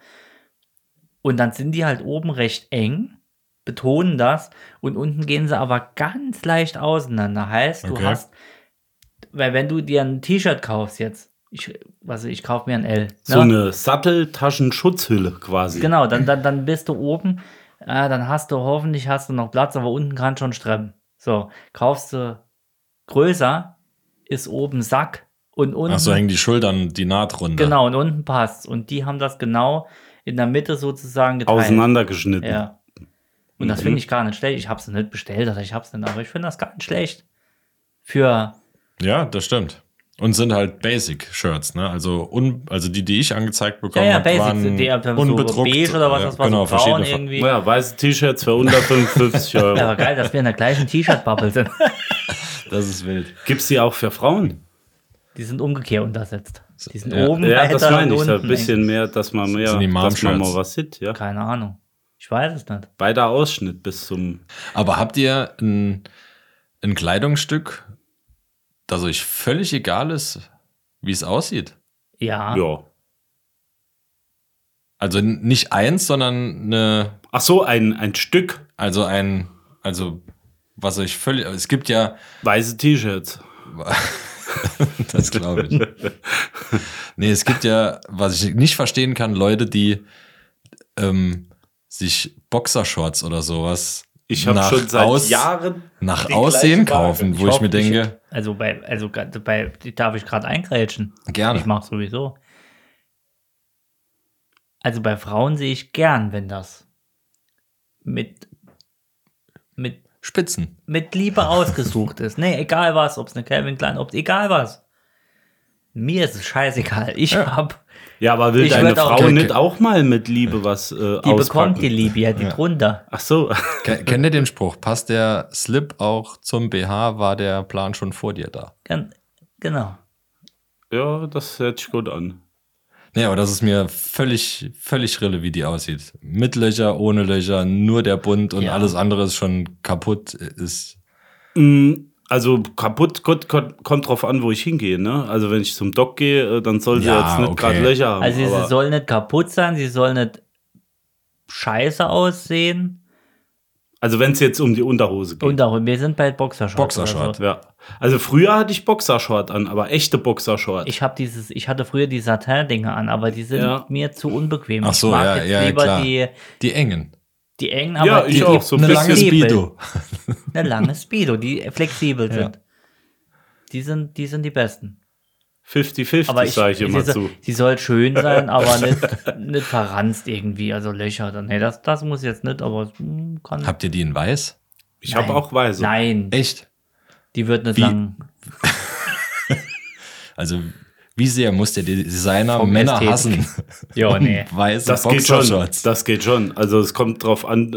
Speaker 6: Und dann sind die halt oben recht eng, betonen das und unten gehen sie aber ganz leicht auseinander. Heißt, du
Speaker 5: Okay.
Speaker 6: hast, weil wenn du dir ein T-Shirt kaufst jetzt, ich, also ich kaufe mir ein L.
Speaker 4: So
Speaker 6: ne?
Speaker 4: eine Satteltaschenschutzhülle quasi.
Speaker 6: Genau, dann, dann, dann bist du oben, äh, dann hast du hoffentlich hast du noch Platz, aber unten kann schon stremmen. So, kaufst du größer, ist oben Sack und unten.
Speaker 5: Ach so, hängen die Schultern die Naht runter.
Speaker 6: genau, und unten passt. Und die haben das genau in der Mitte sozusagen geteilt.
Speaker 4: Auseinandergeschnitten.
Speaker 6: Ja. Und das
Speaker 4: Mhm.
Speaker 6: finde ich gar nicht schlecht. Ich habe es nicht bestellt, also ich habe es nicht, aber ich finde das gar nicht schlecht. Für,
Speaker 5: Ja, das stimmt. Und sind halt Basic-Shirts, ne? Also, un, also die, die ich angezeigt
Speaker 6: ja,
Speaker 5: bekommen
Speaker 6: ja,
Speaker 5: habe,
Speaker 6: Basics,
Speaker 5: waren
Speaker 6: die haben so
Speaker 5: unbedruckt.
Speaker 6: beige oder was, das war
Speaker 5: genau,
Speaker 6: so braun
Speaker 5: verschiedene Fa-
Speaker 6: irgendwie. Ja.
Speaker 4: Ja, weiße T-Shirts für unter 55 Euro.
Speaker 6: Aber geil, dass wir in der gleichen T-Shirt-Bubble sind.
Speaker 5: Das ist wild.
Speaker 4: Gibt es die auch für Frauen?
Speaker 6: Die sind umgekehrt untersetzt. Die sind
Speaker 5: Ja.
Speaker 6: oben
Speaker 4: Ja,
Speaker 6: weiter
Speaker 4: das meine ich.
Speaker 6: und
Speaker 4: Da
Speaker 6: unten
Speaker 4: ein bisschen mehr, dass man mehr,
Speaker 5: Sind die
Speaker 4: dass man
Speaker 5: Mom-Shirts?
Speaker 4: mal was sieht. Ja.
Speaker 6: eng. Keine Ahnung. Ich weiß es nicht.
Speaker 4: Beider Ausschnitt bis zum.
Speaker 5: Aber habt ihr ein, ein Kleidungsstück, das euch völlig egal ist, wie es aussieht?
Speaker 6: Ja.
Speaker 4: Ja.
Speaker 5: Also n- nicht eins, sondern eine,
Speaker 4: Ach so, ein, ein Stück
Speaker 5: also ein, also was euch völlig, es gibt ja,
Speaker 4: weiße T-Shirts.
Speaker 5: das glaube ich. Nee, es gibt ja, was ich nicht verstehen kann, Leute, die ähm, sich Boxershorts oder sowas
Speaker 4: Ich habe
Speaker 5: nach
Speaker 4: schon seit
Speaker 5: Aus-
Speaker 4: Jahren.
Speaker 5: nach
Speaker 4: die
Speaker 5: Aussehen
Speaker 4: gleiche Frage.
Speaker 5: kaufen, wo
Speaker 4: Ich
Speaker 5: ich,
Speaker 4: hoffe,
Speaker 5: mir
Speaker 4: ich-
Speaker 5: denke,
Speaker 6: Also bei, also ga- bei, die darf ich gerade eingrätschen.
Speaker 5: Gerne.
Speaker 6: Ich mache sowieso. Also bei Frauen sehe ich gern, wenn das mit, mit,
Speaker 5: Spitzen.
Speaker 6: mit Liebe ausgesucht ist. Nee, egal was, ob es eine Calvin Klein, ob egal was. Mir ist es scheißegal. Ich hab.
Speaker 4: Ja, aber will
Speaker 6: Ich
Speaker 4: deine
Speaker 6: würd auch-
Speaker 4: Frau
Speaker 6: Okay.
Speaker 4: nicht auch mal mit Liebe was äh,
Speaker 6: Die
Speaker 4: auspacken?
Speaker 6: bekommt die Libya, die drunter.
Speaker 4: Ach so.
Speaker 5: Ke- Kennt ihr den Spruch? Passt der Slip auch zum BH? War der Plan schon vor dir da?
Speaker 6: Ganz, genau.
Speaker 4: ja, das hört sich gut an.
Speaker 5: Nee, aber das ist mir völlig, völlig rille, wie die aussieht. Mit Löcher, ohne Löcher, nur der Bund und
Speaker 6: Ja.
Speaker 5: alles andere ist schon kaputt. Ist,
Speaker 4: Mm, Also kaputt kommt, kommt kommt drauf an, wo ich hingehe. Ne? Also wenn ich zum Doc gehe, äh, dann soll sie
Speaker 5: Ja,
Speaker 4: jetzt nicht
Speaker 5: okay.
Speaker 4: gerade Löcher haben.
Speaker 6: Also sie
Speaker 4: aber
Speaker 6: soll nicht kaputt sein, sie soll nicht scheiße aussehen.
Speaker 4: also wenn es jetzt um die Unterhose geht.
Speaker 6: Und auch, wir sind bei Boxershort.
Speaker 5: Boxershort,
Speaker 6: oder So.
Speaker 4: ja. Also früher hatte ich Boxershort an, aber echte Boxershort.
Speaker 6: Ich habe dieses, ich hatte früher die Satin-Dinger an, aber die sind
Speaker 4: Ja.
Speaker 6: mir zu unbequem.
Speaker 5: Ach so,
Speaker 6: ich mag
Speaker 5: ja,
Speaker 6: jetzt
Speaker 5: ja,
Speaker 6: lieber
Speaker 5: klar.
Speaker 6: die,
Speaker 5: die engen.
Speaker 6: die engen, aber
Speaker 4: Ja,
Speaker 6: die,
Speaker 4: ich auch, so ein
Speaker 5: Eine
Speaker 6: die
Speaker 5: lange
Speaker 4: bisschen.
Speaker 6: flexibel-
Speaker 5: Speedo.
Speaker 6: Eine lange Speedo, die flexibel sind. Die sind, die sind die besten.
Speaker 4: 50-50 sage ich immer
Speaker 6: sie, so-
Speaker 4: zu.
Speaker 6: sie soll schön sein, aber nicht, nicht verranzt irgendwie, also Löcher. Dann, nee, das, das muss jetzt nicht, aber es, hm, kann.
Speaker 5: Habt ihr die in weiß?
Speaker 4: Ich habe auch weiße.
Speaker 6: Nein,
Speaker 5: Echt?
Speaker 6: die wird nicht
Speaker 5: Wie-
Speaker 6: lang.
Speaker 5: Also, wie sehr muss der Designer
Speaker 6: Vom
Speaker 5: Männer
Speaker 6: Ästheten.
Speaker 5: hassen?
Speaker 6: Ja, nee.
Speaker 5: Weiße
Speaker 4: Das geht schon.
Speaker 5: Boxershorts.
Speaker 4: Das geht schon. Also es kommt drauf an, äh,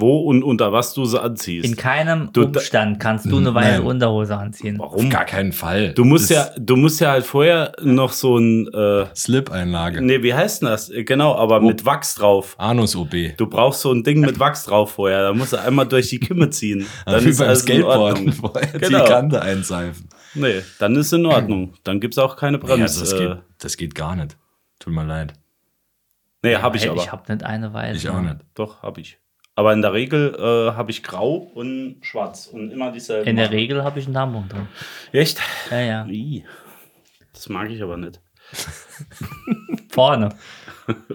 Speaker 4: wo und unter was du sie anziehst.
Speaker 6: In keinem
Speaker 4: Du- da-
Speaker 6: Umstand kannst du eine weiße
Speaker 5: Nein.
Speaker 6: Unterhose anziehen.
Speaker 5: Auf
Speaker 4: Warum?
Speaker 5: gar keinen Fall.
Speaker 4: Du musst
Speaker 5: Das
Speaker 4: ja, du musst ja halt vorher noch so ein, äh,
Speaker 5: Slip-Einlage.
Speaker 4: nee, wie heißt denn das? Äh, Genau, aber mit Wachs drauf.
Speaker 5: Anus-OB.
Speaker 4: Du brauchst so ein Ding mit Wachs drauf vorher. Da musst du einmal durch die Kimme ziehen. Dann
Speaker 5: Wie
Speaker 4: ist
Speaker 5: beim
Speaker 4: alles in
Speaker 5: Skateboarden.
Speaker 4: Ordnung.
Speaker 5: vorher
Speaker 4: Genau.
Speaker 5: Die Kante einseifen.
Speaker 4: Nee, dann ist in Ordnung. Dann gibt's auch keine
Speaker 5: Ja,
Speaker 4: Bremse.
Speaker 5: das, geht, das geht gar nicht. Tut mir leid.
Speaker 4: Äh, nee, habe ich
Speaker 6: Weil
Speaker 4: aber.
Speaker 6: Ich habe nicht eine weiße.
Speaker 5: Ich auch nicht.
Speaker 4: Doch, habe ich. Aber in der Regel äh, habe ich grau und schwarz und immer dieselben.
Speaker 6: In der
Speaker 4: Marken.
Speaker 6: Regel habe ich einen Tampon drin.
Speaker 4: Echt?
Speaker 6: Ja, ja.
Speaker 4: Ih. Das mag ich aber nicht.
Speaker 6: Vorne.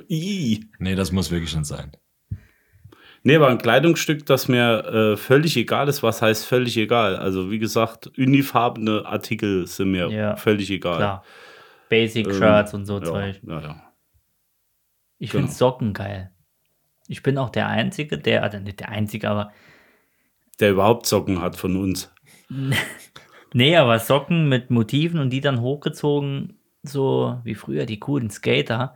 Speaker 4: Ih.
Speaker 5: Nee, das muss wirklich nicht sein.
Speaker 4: Nee, aber ein Kleidungsstück, das mir äh, völlig egal ist, was heißt völlig egal? Also, wie gesagt, unifarbene Artikel sind mir
Speaker 6: Ja,
Speaker 4: völlig egal.
Speaker 6: Klar. Basic
Speaker 4: Ähm,
Speaker 6: Shirts und so
Speaker 4: ja,
Speaker 6: Zeug.
Speaker 4: Ja, ja.
Speaker 6: Ich
Speaker 4: genau.
Speaker 6: finde Socken geil. Ich bin auch der Einzige, der, also nicht der Einzige, aber.
Speaker 4: Der überhaupt Socken hat von uns.
Speaker 6: Nee, aber Socken mit Motiven und die dann hochgezogen, so wie früher die coolen Skater,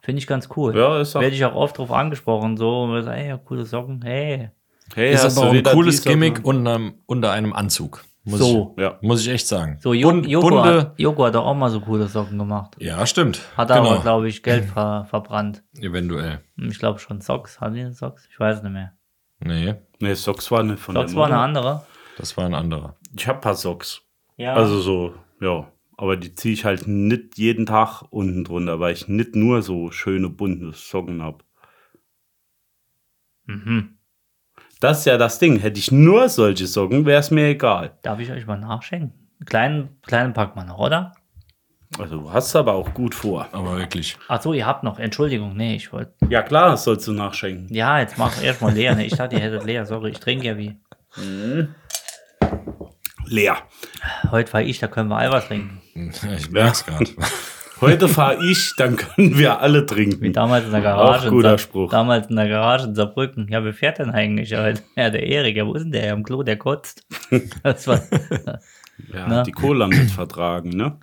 Speaker 6: finde ich ganz cool.
Speaker 4: Ja, ist auch-
Speaker 6: Werde ich auch oft drauf angesprochen, so, und ich sag, ey, ja, coole Socken, hey.
Speaker 4: Hey,
Speaker 5: ist
Speaker 4: hast
Speaker 5: aber
Speaker 4: du
Speaker 5: auch ein
Speaker 4: wieder
Speaker 5: cooles
Speaker 4: die Socken?
Speaker 5: Gimmick unter, einem- unter einem Anzug. Muss
Speaker 6: So.
Speaker 5: Ich,
Speaker 4: Ja.
Speaker 5: Muss ich echt sagen.
Speaker 6: So, jo
Speaker 5: Bun-
Speaker 6: Joko,
Speaker 5: bunte-
Speaker 6: hat, Joko hat doch auch mal so coole Socken gemacht.
Speaker 5: Ja, stimmt. Genau.
Speaker 6: Hat er
Speaker 4: Genau.
Speaker 6: aber, glaube ich, Geld ver verbrannt. Hm,
Speaker 5: Eventuell.
Speaker 6: Ich glaube schon Socks. Haben die Socks? Ich weiß nicht mehr.
Speaker 5: Nee,
Speaker 4: Nee, Socks war nicht von
Speaker 6: Socks
Speaker 4: dem,
Speaker 6: war eine
Speaker 4: oder?
Speaker 6: andere.
Speaker 5: das war ein anderer.
Speaker 4: Ich habe paar Socks.
Speaker 6: Ja.
Speaker 4: Also, so, ja. Aber die ziehe ich halt nicht jeden Tag unten drunter, weil ich nicht nur so schöne bunte Socken habe.
Speaker 6: mhm.
Speaker 4: Das ist ja das Ding. Hätte ich nur solche Socken, wäre es mir egal.
Speaker 6: Darf ich euch mal nachschenken? Einen Kleinen, kleinen packt man noch, oder?
Speaker 4: Also, du hast aber auch gut vor.
Speaker 5: Aber wirklich.
Speaker 6: Achso, ihr habt noch. Entschuldigung, nee, ich wollte.
Speaker 4: Ja, klar, das sollst du nachschenken.
Speaker 6: Ja, jetzt mach erstmal leer. Ne? Ich dachte, ihr hättet leer. Sorry, ich trinke ja wie.
Speaker 4: Leer.
Speaker 6: Heute war ich, da können wir all was trinken.
Speaker 5: Ich merk's gerade.
Speaker 4: Heute fahre ich, dann können wir alle
Speaker 6: Wie
Speaker 4: trinken.
Speaker 6: damals in der
Speaker 4: Auch
Speaker 6: Garage. in
Speaker 4: guter
Speaker 6: Saar-
Speaker 4: Spruch.
Speaker 6: Damals in der Garage in Saarbrücken. Ja, wer fährt denn eigentlich heute? Ja, der Erik, ja, wo ist denn der? Am Klo, der kotzt. Das war.
Speaker 4: Ja,
Speaker 6: Na?
Speaker 4: die Cola mit vertragen, ne?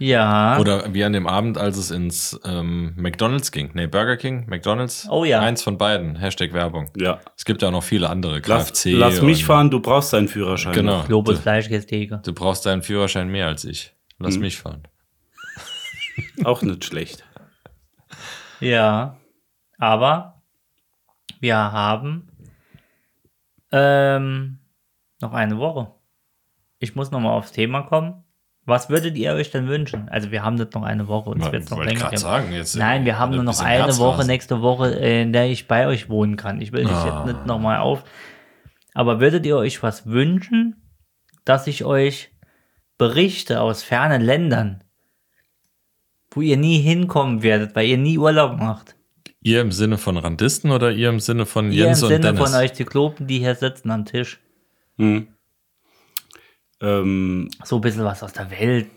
Speaker 6: Ja.
Speaker 5: Oder wie an dem Abend, als es ins ähm, McDonalds ging. Nee, Burger King, McDonalds.
Speaker 6: Oh ja.
Speaker 5: Eins von beiden. Hashtag Werbung.
Speaker 4: Ja.
Speaker 5: Es gibt ja noch viele andere.
Speaker 4: Lass,
Speaker 5: KFC.
Speaker 4: lass
Speaker 5: und-
Speaker 4: mich fahren, du brauchst deinen Führerschein.
Speaker 5: Genau.
Speaker 6: Globus
Speaker 5: Du,
Speaker 6: Fleischkästheke.
Speaker 5: du brauchst deinen Führerschein mehr als ich. Lass mich fahren.
Speaker 4: Auch nicht schlecht.
Speaker 6: Ja, aber wir haben ähm, noch eine Woche. Ich muss nochmal aufs Thema kommen. Was würdet ihr euch denn wünschen? Also wir haben jetzt noch eine Woche. Uns
Speaker 5: Ich
Speaker 6: wird's noch
Speaker 5: wollte
Speaker 6: länger
Speaker 5: grad
Speaker 6: geben.
Speaker 5: sagen, jetzt-
Speaker 6: Nein, wir haben
Speaker 5: äh,
Speaker 6: nur noch
Speaker 5: bis im
Speaker 6: eine
Speaker 5: Herbst
Speaker 6: Woche
Speaker 5: raus.
Speaker 6: nächste Woche, äh, in der ich bei euch wohnen kann. Ich will dich jetzt
Speaker 5: Ah.
Speaker 6: nicht nochmal auf. Aber würdet ihr euch was wünschen, dass ich euch Berichte aus fernen Ländern, wo ihr nie hinkommen werdet, weil ihr nie Urlaub macht?
Speaker 5: Ihr im Sinne von Randisten oder ihr im Sinne von
Speaker 6: Ihr im
Speaker 5: Jens und
Speaker 6: Sinne
Speaker 5: Dennis?
Speaker 6: von euch Zyklopen, die hier sitzen am Tisch.
Speaker 4: Hm. Ähm,
Speaker 6: So ein bisschen was aus der Welt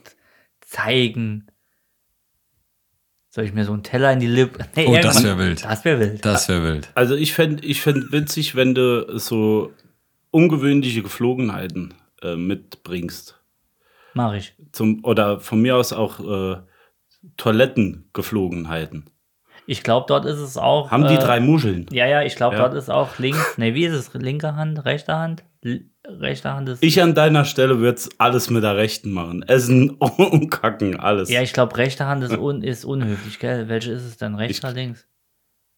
Speaker 6: zeigen. Soll ich mir so einen Teller in die Lippe? Nee,
Speaker 5: Oh, das
Speaker 6: irgendwann-
Speaker 5: wär wild.
Speaker 6: Das wäre wild.
Speaker 5: Das wäre wild.
Speaker 4: also ich fände ich fänd witzig, wenn du so ungewöhnliche Geflogenheiten äh, mitbringst.
Speaker 6: Mach ich.
Speaker 4: Zum, oder von mir aus auch äh, Toilettengeflogenheiten.
Speaker 6: Ich glaube, dort ist es auch.
Speaker 4: Haben die
Speaker 6: äh,
Speaker 4: drei Muscheln?
Speaker 6: Ja, ja, ich glaube,
Speaker 4: Ja.
Speaker 6: dort ist auch links. Nee, wie ist es? Linke Hand, rechte Hand? L rechte Hand ist.
Speaker 4: Ich an deiner Stelle würde alles mit der Rechten machen. Essen und Kacken, alles.
Speaker 6: ja, ich glaube, rechte Hand ist, un ist unhöflich, gell? Welche ist es denn? Rechts oder links?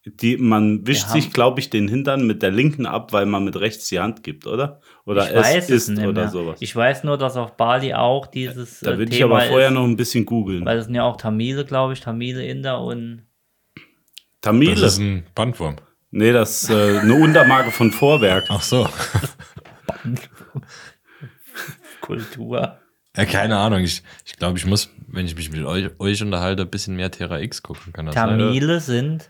Speaker 4: die, man wischt
Speaker 6: Wir haben-
Speaker 4: sich, glaube ich, den Hintern mit der linken ab, weil man mit rechts die Hand gibt, oder? Oder
Speaker 6: ich
Speaker 4: es ist
Speaker 6: nicht
Speaker 4: oder
Speaker 6: mehr.
Speaker 4: sowas.
Speaker 6: Ich weiß nur, dass auf Bali auch dieses.
Speaker 4: da
Speaker 6: äh,
Speaker 4: würde ich
Speaker 6: Thema
Speaker 4: aber vorher
Speaker 6: ist,
Speaker 4: noch ein bisschen googeln.
Speaker 6: Weil es sind ja auch Tamile, glaube ich, Tamile, Inder und.
Speaker 5: Das
Speaker 4: Tamile?
Speaker 5: ist ein Bandwurm.
Speaker 4: nee, das ist äh, eine Untermarke von Vorwerk.
Speaker 5: Ach so.
Speaker 6: Kultur.
Speaker 5: Ja, keine Ahnung. Ich, ich glaube, ich muss, wenn ich mich mit euch, euch unterhalte, ein bisschen mehr Terra X gucken. Kann das sein?
Speaker 6: Tamile sind.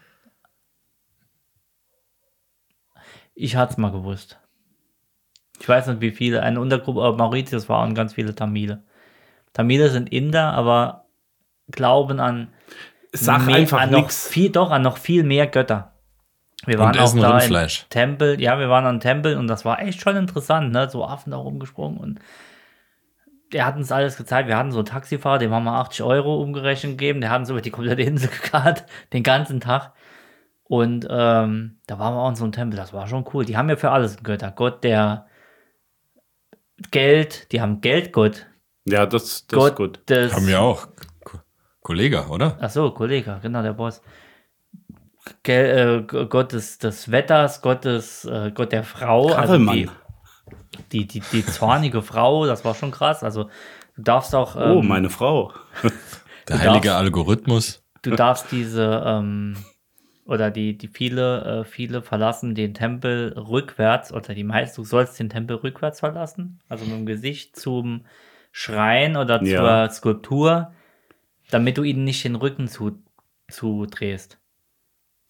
Speaker 6: Ich hatte es mal gewusst. Ich weiß nicht, wie viele. Eine Untergruppe, aber Mauritius waren ganz viele Tamile. Tamile sind Inder, aber glauben an.
Speaker 4: Sag
Speaker 6: mehr-
Speaker 4: einfach
Speaker 6: an noch
Speaker 4: nichts.
Speaker 6: Viel, doch, an noch viel mehr Götter. Wir waren auch
Speaker 5: essen
Speaker 6: da im
Speaker 5: Rindfleisch.
Speaker 6: Tempel. Ja, wir waren am Tempel und das war echt schon interessant. Ne? So Affen da rumgesprungen und der hat uns alles gezeigt. Wir hatten so einen Taxifahrer, dem haben wir 80 Euro umgerechnet gegeben. Der hat uns über die komplette Insel gekarrt, den ganzen Tag. Und ähm, da waren wir auch in so einem Tempel. Das war schon cool. Die haben ja für alles einen Götter. Gott, der Geld, die haben Geldgott.
Speaker 4: Ja, das, das ist
Speaker 6: Gott
Speaker 4: gut.
Speaker 6: des
Speaker 5: Haben wir auch. Ko Kollege, oder?
Speaker 6: Ach so, Kollege, genau, der Boss. Gell, äh, G- Gott des, des Wetters, Gott, des, äh, Gott der Frau, also die,
Speaker 4: Kachelmann.
Speaker 6: die, die, die zornige Frau, das war schon krass. Also du darfst auch, ähm,
Speaker 4: oh, meine Frau.
Speaker 5: Der
Speaker 6: Du
Speaker 5: heilige
Speaker 6: darfst-
Speaker 5: Algorithmus.
Speaker 6: du darfst diese, ähm, oder die, die viele, äh, viele verlassen den Tempel rückwärts, oder die meisten, du sollst den Tempel rückwärts verlassen, also mit dem Gesicht zum Schrein oder
Speaker 4: Ja.
Speaker 6: zur Skulptur, damit du ihnen nicht den Rücken zu, zudrehst.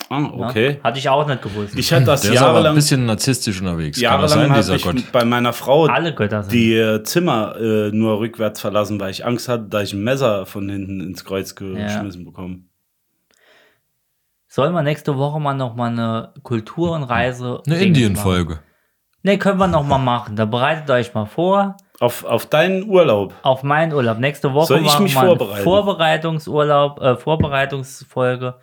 Speaker 4: Ah,
Speaker 6: Ja?
Speaker 4: okay.
Speaker 6: Ne? Hatte ich auch nicht gewusst.
Speaker 4: Ich hatte das
Speaker 5: Der ist aber ein
Speaker 4: jahrelang,
Speaker 5: bisschen narzisstisch unterwegs. Kann
Speaker 4: jahrelang
Speaker 5: das sein,
Speaker 4: hatte
Speaker 5: dieser
Speaker 4: ich
Speaker 5: Gott?
Speaker 4: bei meiner Frau
Speaker 6: Alle Götter sind.
Speaker 4: die äh, Zimmer äh, nur rückwärts verlassen, weil ich Angst hatte, dass ich ein Messer von hinten ins Kreuz geschmissen bekomme.
Speaker 6: Sollen wir nächste Woche mal nochmal eine Kultur- und Reise.
Speaker 5: Eine Indien-Folge.
Speaker 6: Ne, können wir nochmal machen. Da bereitet euch mal vor
Speaker 4: Auf, auf deinen Urlaub.
Speaker 6: auf meinen Urlaub. Nächste Woche
Speaker 4: Soll ich
Speaker 6: machen
Speaker 4: mich
Speaker 6: wir eine
Speaker 4: vorbereiten?
Speaker 6: Vorbereitungsurlaub, äh, Vorbereitungsfolge.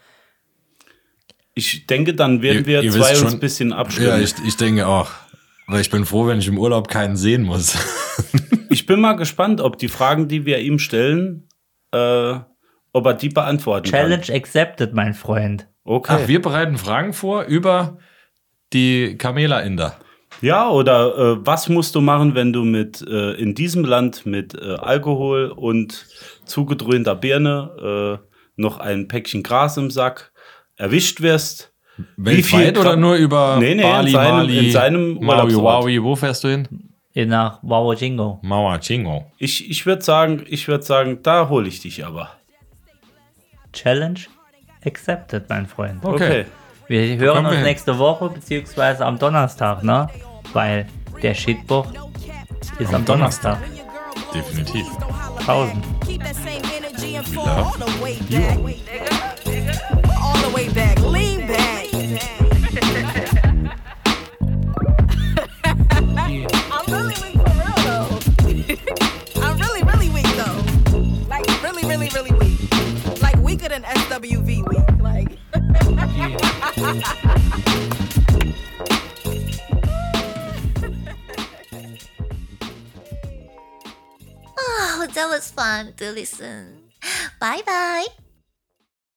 Speaker 4: Ich denke, dann werden
Speaker 5: Ihr-
Speaker 4: wir
Speaker 5: ihr
Speaker 4: zwei
Speaker 5: wisst
Speaker 4: uns
Speaker 5: schon-
Speaker 4: ein bisschen abstimmen.
Speaker 5: Ja,
Speaker 4: ich,
Speaker 5: ich, ich denke auch. Weil ich bin froh, wenn ich im Urlaub keinen sehen muss.
Speaker 4: bin mal gespannt, ob die Fragen, die wir ihm stellen, äh, ob er die beantworten
Speaker 6: Challenge
Speaker 4: kann.
Speaker 6: accepted, mein Freund.
Speaker 4: Okay.
Speaker 5: Ach, wir bereiten Fragen vor über die Kamela-Inder.
Speaker 4: Ja, oder äh, was musst du machen, wenn du mit äh, in diesem Land mit äh, Alkohol und zugedröhnter Birne äh, noch ein Päckchen Gras im Sack erwischt wirst?
Speaker 5: Weltweit
Speaker 4: viel-
Speaker 5: oder nur über
Speaker 4: Nee, nee, in
Speaker 5: Bali,
Speaker 4: seinem-
Speaker 5: Mali,
Speaker 4: in seinem
Speaker 5: Maui,
Speaker 4: Urlaubsort.
Speaker 5: Waui, wo fährst du hin?
Speaker 6: Nach Wow Jingo.
Speaker 5: Maua Chingo.
Speaker 4: Ich, ich würde sagen, ich würde sagen, da hole ich dich aber.
Speaker 6: Challenge accepted, mein Freund.
Speaker 5: Okay.
Speaker 4: Okay.
Speaker 6: Wir hören
Speaker 5: Kommen wir
Speaker 6: uns
Speaker 5: hin.
Speaker 6: nächste Woche, beziehungsweise am Donnerstag, ne? Weil der Shitboch ist am Donnerstag.
Speaker 5: Definitiv.
Speaker 6: Tausend.
Speaker 3: Keep that same energy and fall
Speaker 5: Ja.
Speaker 3: all the way back. All the way back. Lean back. I'm really weak for real though. I'm really, really weak though. Like really, really, really weak. Like weaker than SWV weak. Like.
Speaker 1: Oh, that was fun to listen. Bye bye.